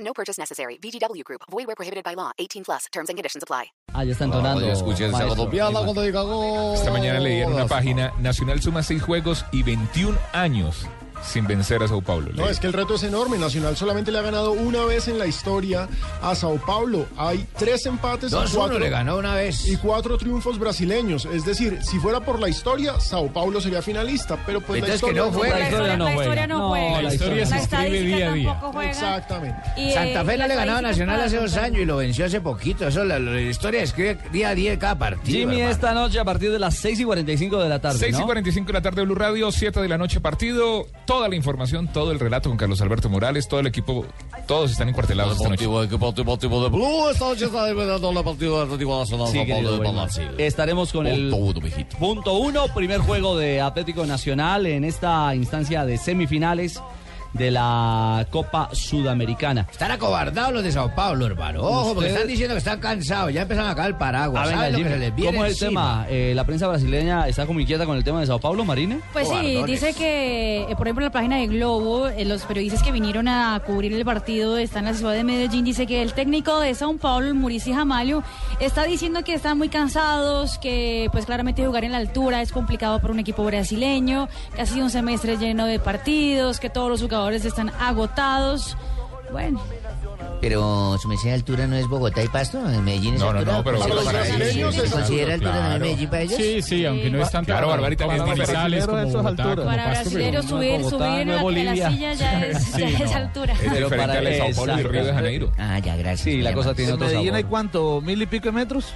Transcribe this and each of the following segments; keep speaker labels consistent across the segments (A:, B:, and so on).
A: No purchase necessary. VGW Group. Void where prohibited by law. 18 plus. Terms and conditions apply.
B: Ah, ya está entonando.
C: Cuando yo escuché esa
B: maestro.
C: colombiana cuando diga gol.
D: Esta mañana leí en una página, Nacional suma 6 juegos y 21 años sin vencer a Sao Paulo.
E: No, es que el reto es enorme. Nacional solamente le ha ganado una vez en la historia a Sao Paulo. Hay tres empates y
C: 2-1
E: cuatro,
C: le ganó una vez.
E: y cuatro triunfos brasileños. Es decir, si fuera por la historia, Sao Paulo sería finalista. Pero pues
C: Entonces
E: la
C: que
E: historia
C: no juega.
F: La historia no juega.
B: Oh, la
D: historia
F: La
D: se escribe
F: estadística
D: día a día.
F: tampoco juega.
E: Exactamente.
F: Y, eh,
C: Santa Fe
F: y
C: no
F: la
C: le ganaba a
F: estadística
C: Nacional
F: está
C: hace dos
F: apuntando.
C: años y lo venció hace poquito. Eso la, la historia escribe día a día de cada partido.
B: Jimmy,
C: hermano.
B: esta noche a partir de las 6 y 45 de la tarde.
D: 6 y
B: ¿no?
D: 45 de la tarde, Blue Radio, 7 de la noche, partido. Toda la información, todo el relato con Carlos Alberto Morales, todo el equipo, todos están encuartelados esta noche.
C: Deportivo, equipo, deportivo, deportivo de Blue. Esta noche está dividiendo el partido del Atlético Nacional
B: Sí,
C: Sao Paulo
B: querido
C: de
B: Weimar.
C: Brasil.
B: Estaremos con el
C: Punto uno, mijito.
B: punto uno, primer juego de Atlético Nacional en esta instancia de semifinales de la Copa Sudamericana.
C: Están acobardados los de Sao Paulo, hermano. Ojo, porque
B: Usted-
C: están diciendo que están cansados. Ya empezaron a caer el paraguas.
B: A ver,
C: ¿Saben lo que
B: Ah, Jimmy,
C: se les viene
B: ¿cómo es el
C: encima?
B: tema? Eh, la prensa brasileña está como inquieta con el tema de Sao Paulo, Marina.
F: Pues sí,
C: Cobardones.
F: dice que, eh, por ejemplo, en la página de Globo, eh, los periodistas que vinieron a cubrir el partido están en la ciudad de Medellín, dice que el técnico de Sao Paulo, el Muricy Jamalio, está diciendo que están muy cansados, que pues claramente jugar en la altura es complicado para un equipo brasileño, que ha sido un semestre lleno de partidos, que todos los jugadores están agotados. Bueno,
G: Pero su mesía de altura no es Bogotá y Pasto, en Medellín es
D: No, no,
G: altura.
D: no, pero
E: Para los
D: para ellos
E: brasileños
D: sí,
E: es
G: ¿Se considera
E: altura.
G: altura
D: claro.
G: en Medellín para ellos?
H: Sí, sí, aunque no es tan
D: Claro, Barbarita,
H: como
D: es
H: los
D: difícil.
H: marisales, como Bogotá, como
F: para
H: Pasto, pero
F: brasileños
H: no es
F: subir,
H: Bogotá,
F: subir en
H: no es
F: la, en la
H: Bolivia.
F: silla ya es, ya
D: Sí,
F: es
D: no.
F: altura.
D: Es
B: Pero
D: diferente
B: para-
D: al de Sao Paulo y Río de
B: Exacto.
D: Janeiro.
G: Ah, ya, gracias.
B: Sí, la
G: mi
B: cosa
G: amor.
B: tiene otro sabor.
H: cuánto? ¿Mil y pico de metros?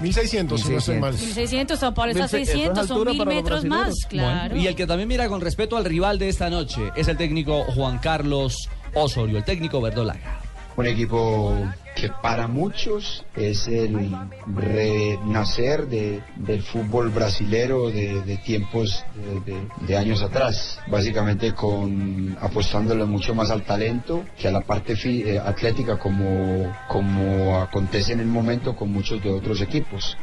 E: 1600, si no estoy mal.
F: 1600, Sao Paulo está a
H: Eso es
F: 600, son
H: altura
F: mil
H: para los
F: metros más,
H: brasileños.
F: claro.
B: Y el que también mira con respeto al rival de esta noche es el técnico Juan Carlos Osorio, el técnico verdolaga.
I: Un equipo que para muchos es el renacer de- del fútbol brasilero de, de tiempos de, de- de años atrás, básicamente con apostándole mucho más al talento que a la parte fi- eh, atlética como, como acontece en el momento con muchos de otros equipos.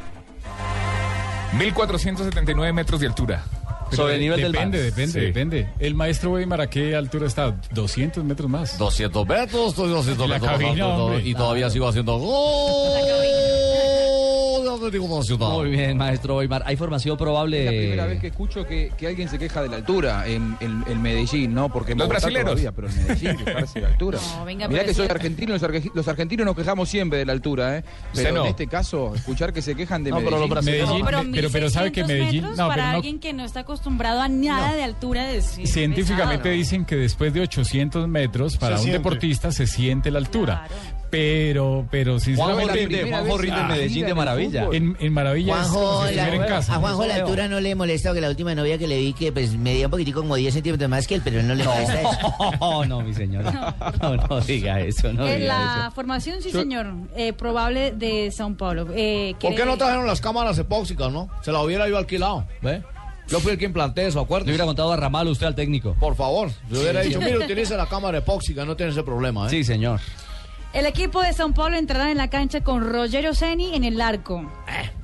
D: 1479 metros de altura.
H: Pero
B: Sobre el nivel del
H: Depende,
B: mar.
H: depende,
D: Sí.
H: depende. El maestro Weimar, ¿a qué altura está? 200 metros más.
C: 200 metros, estoy 200
H: La
C: metros.
H: cabina,
C: más alto,
H: hombre.
C: y todavía sigo haciendo gol. de Atlético Nacional.
B: Muy bien, maestro Oymar. Hay formación probable.
G: Es la primera vez que escucho que, que alguien se queja de la altura en, en- en Medellín, ¿no? Porque en
D: Los
G: Bogotá
D: brasileros.
G: todavía, pero en Medellín que parece de altura.
F: No, venga,
G: Mirá
F: pero
G: que
F: es
G: soy
F: cierto.
G: argentino, los, arge- los argentinos nos quejamos siempre de la altura, ¿eh?
D: Usted
G: Pero
D: no.
G: en este caso, escuchar que se quejan de
H: No, pero
G: Medellín.
H: los brasileños-
F: No,
H: Medellín,
F: pero,
H: pero- pero sabe que
F: 1600
H: Medellín-
F: metros
H: no,
F: para
H: pero no-
F: alguien que no está acostumbrado a nada de altura es es
H: Científicamente
F: pesado.
H: dicen que después de 800 metros, para un
E: siente.
H: deportista se siente la altura.
F: Claro.
H: Pero, pero
B: Juanjo
H: sinceramente,
B: rinde, Juanjo rinde en Medellín de maravilla.
H: en, en Maravilla es como
G: Juanjo,
H: si estuviera en
G: la-
H: casa.
G: a Juanjo
B: la altura
G: no le molesta que la última novia que le vi que pues medía un poquitico como 10 centímetros más que él, pero no le
B: No, no, mi señora. No, no diga eso, no
F: Eh,
B: diga
F: la
B: eso.
F: formación, sí, señor, eh, probable de Sao Paulo. Eh,
C: ¿Por qué
F: ¿quiere-
C: no trajeron las cámaras epóxicas, no? Se la hubiera yo alquilado, ¿ve? Yo fui el quien planteé eso,
B: Le
C: acuérdate.
B: hubiera contado a Ramal usted al técnico.
C: Por favor, yo hubiera dicho, mire, utilice la cámara epóxica, no tiene ese problema, ¿eh?
B: Sí, señor.
F: El equipo de Sao Paulo entrará en la cancha con Rogerio Ceni en el arco.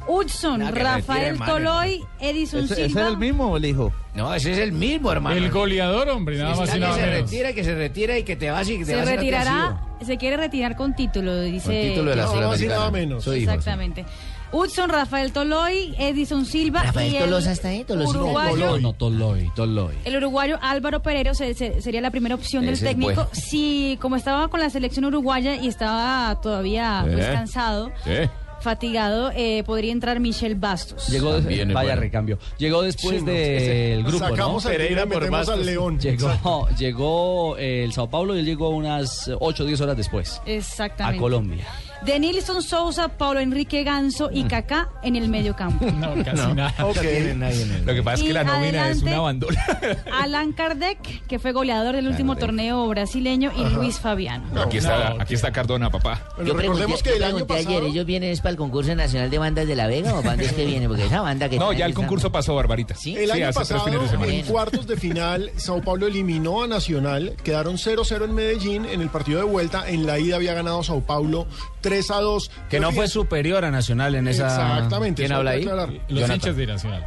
F: Hudson,
C: nada que retire,
F: Rafael
C: hermano.
F: Toloy, Edison Silva.
H: mismo el hijo?
C: No, ese es el mismo, hermano.
H: El goleador, hombre, nada
C: Está
H: más y
C: que
H: nada
C: se
H: menos.
C: retira, que se retira y que te vas y que te
F: Se
C: vas y no te has
F: retirará,
C: ido.
F: se quiere retirar con título, dice.
C: Con el título de la
E: No, no,
C: Sudamericana.
E: sí, nada menos.
C: Soy hijo, sí.
F: Exactamente. Hudson, Rafael Toloy, Edison Silva.
G: Rafael
F: y el
G: Tolosa está ahí, Tolosa está ahí.
F: uruguayo,
B: No, Toloy, Toloy.
F: El uruguayo Álvaro Pereiro se- se- sería la primera opción del
C: Ese es
F: técnico.
C: bueno.
F: Si, como estaba con la selección uruguaya y estaba todavía pues,
H: Eh,
F: cansado,
H: eh.
F: fatigado, eh, podría entrar Michel Bastos.
B: Llegó des-
J: También es
B: vaya
J: bueno.
B: recambio. Llegó después
J: Sí, no, ese-
B: del grupo,
J: sacamos
B: ¿no?
J: al Pereira Tigre y por metemos Bastos. al León.
B: Llegó, llegó eh, el Sao Paulo y él llegó unas 8 o 10 horas después a
F: Exactamente.
B: Colombia.
F: De Nilson Sousa, Pablo Enrique Ganso
D: Mm.
F: y Kaká en el medio campo.
K: Casi nada. Lo que pasa es
F: Y
K: que la nómina es
F: adelante-
K: una bandola.
F: Alan Kardec, que fue goleador del último torneo brasileño, y Luis Fabiano.
K: aquí, está, aquí está Cardona, papá.
C: Yo pregunté, yo pregunté ayer, ¿ellos vienen es para el concurso nacional de bandas de la Vega o para dónde es que viene? Porque esa banda que
K: No,
C: traen
K: ya el
C: esa-
K: concurso pasó, Barbarita.
E: El año
K: hace tres
E: pasado,
K: fines de semana.
E: en cuartos de final, Sao Paulo eliminó a Nacional, quedaron 0-0 en Medellín en el partido de vuelta, en la ida había ganado Sao Paulo 3-2.
J: Que no fue superior a Nacional en esa.
E: Exactamente,
J: ¿Quién
E: eso
J: habla
E: hay
J: ahí?
E: que aclarar. Los hinchas
J: de Nacional.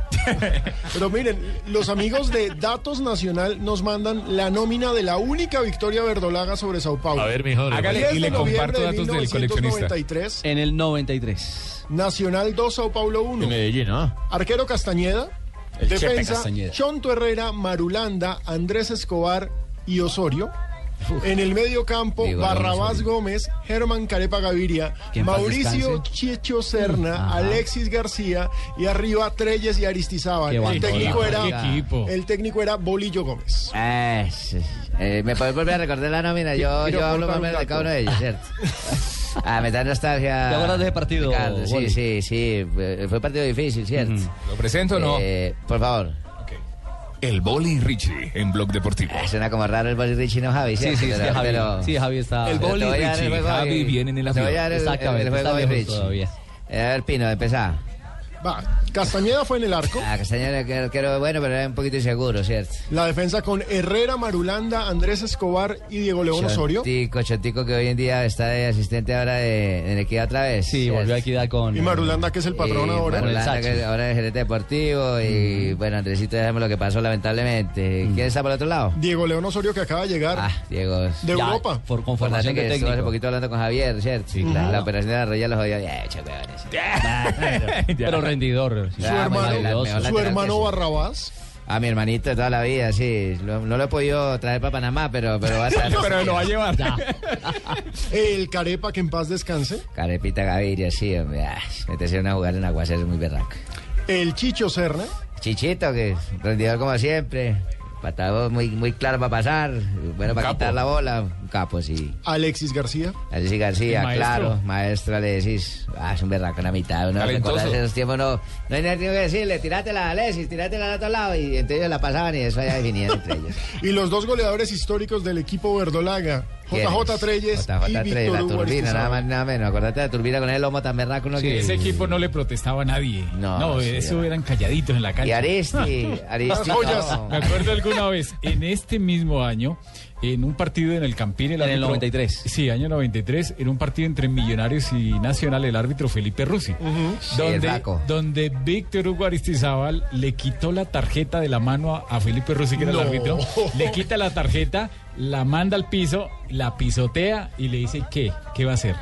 E: Pero miren, los amigos de Datos Nacional nos mandan la nómina de la única victoria verdolaga sobre Sao Paulo.
B: A ver, mijo, le- Hágale
E: 10
B: y
E: de
B: le
E: noviembre
B: comparto
E: de
B: datos del coleccionista.
E: 1993,
B: En el 93.
E: Nacional 2, Sao Paulo 1.
J: Medellín, ¿no?
E: Arquero Castañeda.
J: El Chepe
E: defensa,
J: Castañeda.
E: Chonto Herrera, Marulanda, Andrés Escobar y Osorio. En el medio campo,
J: Digo,
E: Barrabás
J: Osorio.
E: Gómez, Germán Carepa Gaviria,
J: Que en paz
E: Mauricio
J: descanse.
E: Checho Serna,
J: Ajá.
E: Alexis García y arriba Treyes y Aristizábal.
C: Qué
E: El
C: bandola,
E: técnico,
C: qué
E: era,
C: equipo.
E: el técnico era Bolillo Gómez.
C: Ah, sí. Eh, me podés volver a recordar la nómina, yo,
E: Quiero
C: yo hablo
E: cortar
C: más o
E: un
C: menos de
E: dato.
C: cada uno de ellos, ¿cierto? Ah, me da nostalgia.
B: ¿Te acuerdas de ese partido,
C: Ricardo,
B: Wally?
C: sí, sí, sí. Fue fue partido difícil, ¿cierto?
K: ¿Lo presento o no?
C: Eh, por favor.
K: El Boli Richie en Blog Deportivo.
C: Eh, Suena como raro el Boli Richie, ¿no, Javi?
B: Sí, sí,
C: ¿cierto?
B: sí,
C: Pero-
B: Javi,
C: pero-
B: sí, Javi está.
C: El Pero boli Ah, te voy a dar el Richie, juego Javi ahí. viene en el Te avión. voy a dar el-
B: Exactamente,
C: el juego
B: está
C: de
B: lejos
C: Richie.
B: todavía.
C: Eh, A ver, Pino, empezá.
E: Va, Castañeda fue en el arco.
C: Ah, Castañeda era que- arquero bueno, pero era un poquito inseguro, ¿cierto?
E: La defensa con Herrera, Marulanda, Andrés Escobar y Diego León Osorio.
C: Chotico, Chotico, que hoy en día está de asistente ahora de, en Equidad otra vez. Sí, volvió a
B: Equidad con...
E: Y Marulanda, que es el patrón
J: Eh,
E: ahora. Con
C: Marulanda,
E: el
C: que
E: Sachi.
C: ahora es gerente deportivo.
B: Mm.
C: Y bueno, Andresito, ya sabemos lo que pasó, lamentablemente. ¿Quién está por el otro lado?
B: Mm.
C: Ah,
E: Diego León Osorio que acaba de llegar.
J: Ah,
C: Diego.
E: De Europa.
B: Por
C: Acuérdate
B: conformación
C: que
B: de
C: estuvo hace
B: técnico.
C: poquito hablando con Javier, ¿cierto?
B: Sí, claro.
C: La operación de la rodilla los jodió. Ya, chapeones.
B: Pero rendidor.
C: Su hermano,
E: Su hermano Barrabás.
C: A mi hermanito de toda la vida, sí. Lo- no lo he podido traer para Panamá, pero, pero va a estar.
K: llevar.
E: El Carepa, que en paz descanse.
C: Carepita Gaviria, sí, hombre. ah, Meterse a jugar en Aguacero es muy berraco.
E: El Chicho Serna.
C: Chichito, que rendidor como siempre. Patado muy, muy claro para pasar. Bueno, para quitar la bola. Un capo, sí.
E: Alexis García.
C: Alexis García,
E: El maestro.
C: claro, maestra, le decís, ah, es un berraco en la mitad, uno
G: Talentoso.
C: recordarse esos tiempos, no, no hay nada que decirle, tirátela a Alexis, tirátela al otro lado, y entre ellos la pasaban y eso ya definían entre ellos.
E: Y los dos goleadores históricos del equipo verdolaga. JJ
C: ¿Quiénes?
E: Treyes
C: JJ
E: y
C: Treyes,
E: Víctor
C: la
E: Hugo
C: turbina, nada
E: Aristizábal.
C: más, nada menos, acordate de la turbina con el lomo tan berraco, uno
D: Sí,
C: que...
D: ese equipo no le protestaba a nadie. No,
C: sí,
D: eso
C: era.
D: eran calladitos en la cancha.
C: Y Aristi, Aristi, no.
D: Me acuerdo alguna vez, en este mismo año, en un partido en el Campín.
B: En el 93.
D: Sí, año 93, en un partido entre Millonarios y Nacional, el árbitro Felipe Rusi.
C: Sí, el
D: donde,
C: Vaco.
D: donde Víctor Hugo Aristizábal le quitó la tarjeta de la mano a, a Felipe Rusi, que era
E: No.
D: el árbitro. Le quita la tarjeta, la manda al piso, la pisotea y le dice, ¿qué? ¿Qué va a hacer?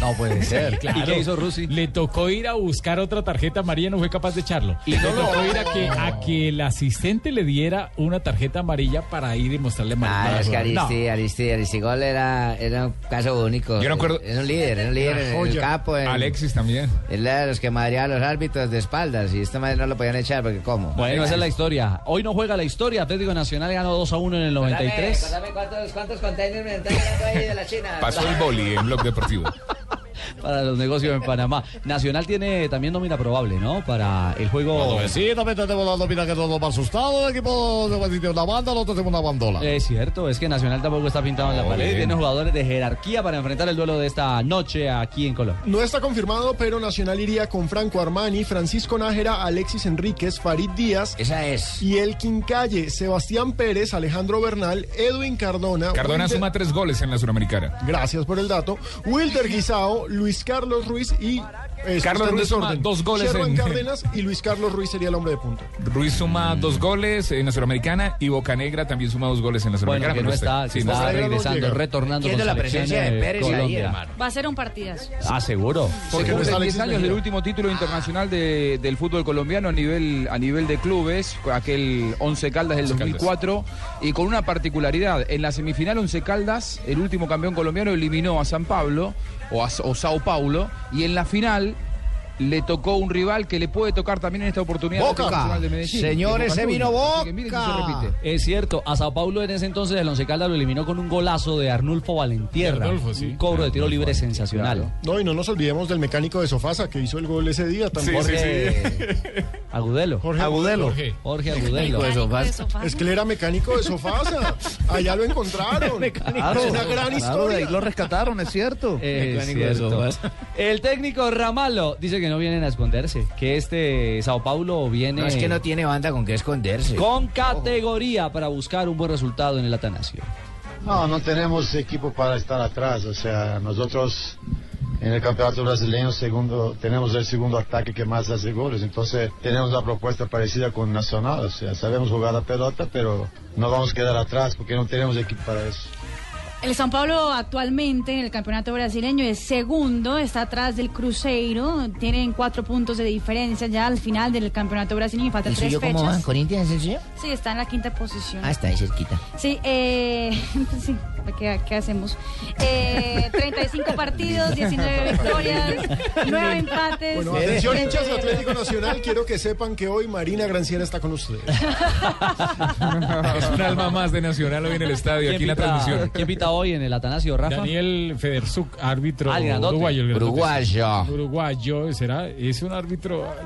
B: No puede ser. ¿Y qué hizo Rusi?
D: Le tocó ir a buscar otra tarjeta amarilla, no fue capaz de echarlo.
B: Y
D: Y
B: no
D: le
B: lo-
D: tocó ir a que, a que el asistente le diera una tarjeta amarilla para ir y mostrarle mal.
C: Ah, es que
D: mal- no.
C: Aristi, Aristi, Aristigol era, era un caso único.
K: Yo no acuerdo-
C: Era un líder, era un líder
K: Una
C: en el
K: joya.
C: campo. en-
K: Alexis también.
C: Era de los que madreaba a los árbitros de espaldas y esta madre no lo podían echar porque ¿cómo?
B: Bueno, esa es la historia. Hoy no juega la historia. Atlético Nacional ganó 2 a 1 en el 93.
C: Contame, cuántos, cuántos containers me están llegando ahí de la China.
K: Pasó el Boli en Blog Deportivo.
B: para los negocios en Panamá. Nacional tiene también nómina probable, ¿no? Para el juego.
J: Sí, también tenemos la nómina que todo más asustado. El equipo de tiene una banda, el otro tiene una bandola.
B: Es cierto, es que Nacional tampoco está pintado en la
J: No,
B: pared.
J: bien.
B: Tiene jugadores de jerarquía para enfrentar el duelo de esta noche aquí en Colombia.
E: No está confirmado, pero Nacional iría con Franco Armani, Francisco Nájera, Alexis Enríquez, Farid Díaz.
C: Esa es.
E: Y el Quincalle, Sebastián Pérez, Alejandro Bernal, Edwin Cardona.
K: Cardona
E: Wilder-
K: suma tres goles en la Suramericana.
E: Gracias por el dato. Wilder Guisao, Luis Carlos Ruiz y. eh,
K: Carlos
E: está en
K: Ruiz suma
E: desorden.
K: dos goles
E: Sherman
K: en-
E: Cárdenas y Luis Carlos Ruiz sería el hombre de punta.
K: Ruiz suma
D: Mm.
K: dos goles en la Suramericana y Bocanegra también suma dos goles en la
B: Bueno,
K: Suramericana.
B: que no
E: este.
B: está, que está regresando, retornando con selección, eh, Colombia.
F: Va a ser un partidazo.
B: Ah, seguro.
G: Porque
B: Seguro.
G: no 10 años del último título internacional de- del fútbol colombiano a nivel, a nivel de clubes, con aquel Once Caldas del 2004, y con una particularidad. En la semifinal Once Caldas, el último campeón colombiano eliminó a San Pablo o a o Sao Paulo, y en la final le tocó un rival que le puede tocar también en esta oportunidad. al Atlético Nacional de Medellín, de Boca Juniors. Así que miren si se repite.
B: Es cierto, a Sao Paulo en ese entonces el Once Caldas lo eliminó con un golazo de Arnulfo Valentierra.
E: De Arnulfo, sí.
B: Un cobro de tiro
E: Arnulfo
B: libre
E: Valentierra,
B: sensacional.
E: No, y no nos olvidemos del mecánico de Sofasa que hizo el gol ese día también.
B: Agudelo.
E: Jorge
B: Jorge, Agudelo.
E: Mecánico de Sofasa. Pues, Es que él era mecánico de Sofasa. Allá lo encontraron. Ah,
B: Claro,
E: es una gran
B: claro,
E: historia.
B: de ahí lo
L: rescataron, es cierto.
B: Es cierto. El técnico Ramalo dice que no vienen a esconderse, que este Sao Paulo viene
C: No, es que no tiene banda con qué esconderse.
B: con categoría para buscar un buen resultado en el Atanasio.
I: No, no tenemos equipo para estar atrás. O sea, nosotros en el campeonato brasileño segundo, tenemos el segundo ataque que más hace goles. Entonces tenemos la propuesta parecida con Nacional. O sea, sabemos jugar la pelota, pero no vamos a quedar atrás porque no tenemos equipo para eso.
F: El San Pablo actualmente en el campeonato brasileño es segundo, está atrás del Cruzeiro, tienen cuatro puntos de diferencia ya al final del campeonato brasileño y faltan
C: ¿Y
F: tres
C: suyo cómo van?
F: fechas.
C: ¿Corinthians es el suyo?
F: Sí, está en la quinta posición.
C: Ah, está ahí cerquita.
F: Sí, eh, sí, ¿qué, qué hacemos? Eh, 35 partidos, 19 victorias, 9 empates. Eh,
E: Bueno, atención, hinchas de Atlético Nacional, quiero que sepan que hoy Marina Granciera está con ustedes.
K: Es un alma más de Nacional hoy en el estadio, aquí en la transmisión.
B: ¿Quién pita hoy en el Atanasio, Rafa?
D: Daniel Federzuk, árbitro
B: Ah, el grandote.
D: uruguayo. el grandote.
B: Uruguayo.
D: Uruguayo, será, es un árbitro ay,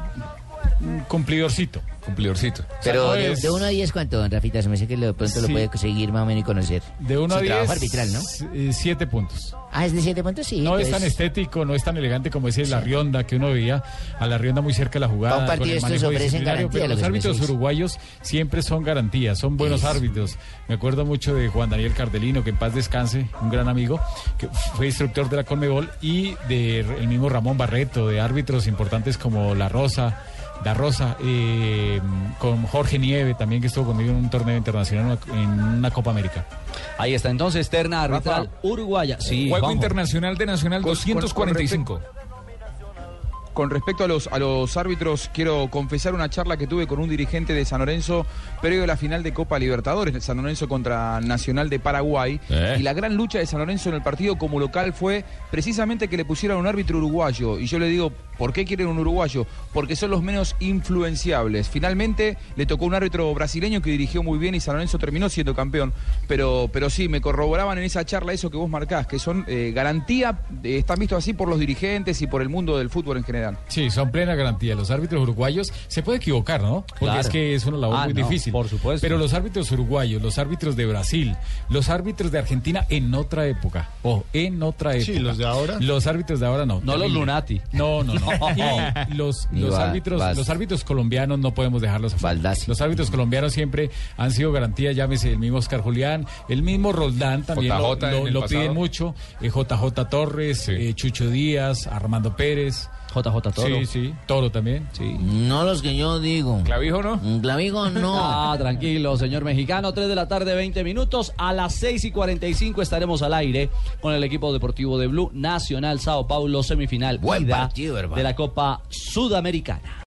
D: un cumplidorcito.
K: Cumplidorcito.
C: Pero de, de 1 a 10, ¿cuánto, don Rafita? Se me hace que lo- de pronto lo
D: Sí.
C: puede conseguir más o menos y conocer.
D: De 1
C: Su
D: a 10.
C: trabajo arbitral, ¿no?
D: Siete puntos.
C: Ah, es de 7 puntos, sí.
D: No este. es
C: entonces-
D: tan estético, no es tan elegante como ese la rionda que uno veía a la rionda muy cerca de la jugada.
C: Para un partido
D: con el
C: estos
D: manejo
C: ofrecen
D: disciplinario,
C: garantía,
D: pero
C: lo que
D: los
C: se me
D: árbitros
C: dice.
D: uruguayos siempre son garantías, son buenos
C: Eso.
D: árbitros. Me acuerdo mucho de Juan Daniel Cardelino, que en paz descanse, un gran amigo, que fue instructor de la Conmebol, y de el mismo Ramón Barreto, de árbitros importantes como La Rosa. La Rosa, eh, con Jorge Nieve también que estuvo conmigo en un torneo internacional en una Copa América.
B: Ahí está entonces, terna arbitral uruguaya. Sí,
D: Juego
B: Juanjo.
D: internacional
K: de Nacional 245.
G: Con respecto a los, a los árbitros, quiero confesar una charla que tuve con un dirigente de San Lorenzo previo a la final de Copa Libertadores, San Lorenzo contra Nacional de Paraguay.
M: Eh.
G: Y la gran lucha de San Lorenzo en el partido como local fue precisamente que le pusieran un árbitro uruguayo. Y yo le digo, ¿por qué quieren un uruguayo? Porque son los menos influenciables. Finalmente le tocó un árbitro brasileño que dirigió muy bien y San Lorenzo terminó siendo campeón. Pero, pero sí, me corroboraban en esa charla eso que vos marcás, que son eh, garantía, eh, están vistos así por los dirigentes y por el mundo del fútbol en general.
D: Sí, son plena garantía. Los árbitros uruguayos se puede equivocar, ¿no? Porque
G: Claro.
D: es que es una labor
G: Ah,
D: muy
G: no,
D: difícil.
G: por supuesto.
D: Pero los árbitros uruguayos, los árbitros de Brasil, los árbitros de Argentina en otra época. Ojo, en otra época.
E: Sí, los de ahora.
D: Los árbitros de ahora no.
B: No los
D: Terrible.
B: Lunati.
D: No, no, no.
B: No.
D: Y los,
B: Ni
D: los
B: va-
D: árbitros,
B: vas.
D: los árbitros colombianos no podemos dejarlos afuera. Los árbitros colombianos siempre han sido garantía, llámese el mismo Oscar Julián, el mismo Roldán también lo-
K: JJ en
D: lo,
K: el
D: lo
K: pasado.
D: piden mucho, eh, JJ Torres, eh, Chucho Díaz, Armando Pérez.
B: JJ Toro.
D: Sí, sí, Toro también.
B: Sí.
D: No los que yo digo.
K: ¿Clavijo no?
D: Clavijo
B: Ah, tranquilo, señor mexicano. 3 de la tarde, 20 minutos. A las 6 y 45 estaremos al aire con el equipo deportivo de Blue Nacional Sao Paulo, semifinal
C: Buen
B: ida
C: partido, hermano.
B: de la Copa Sudamericana.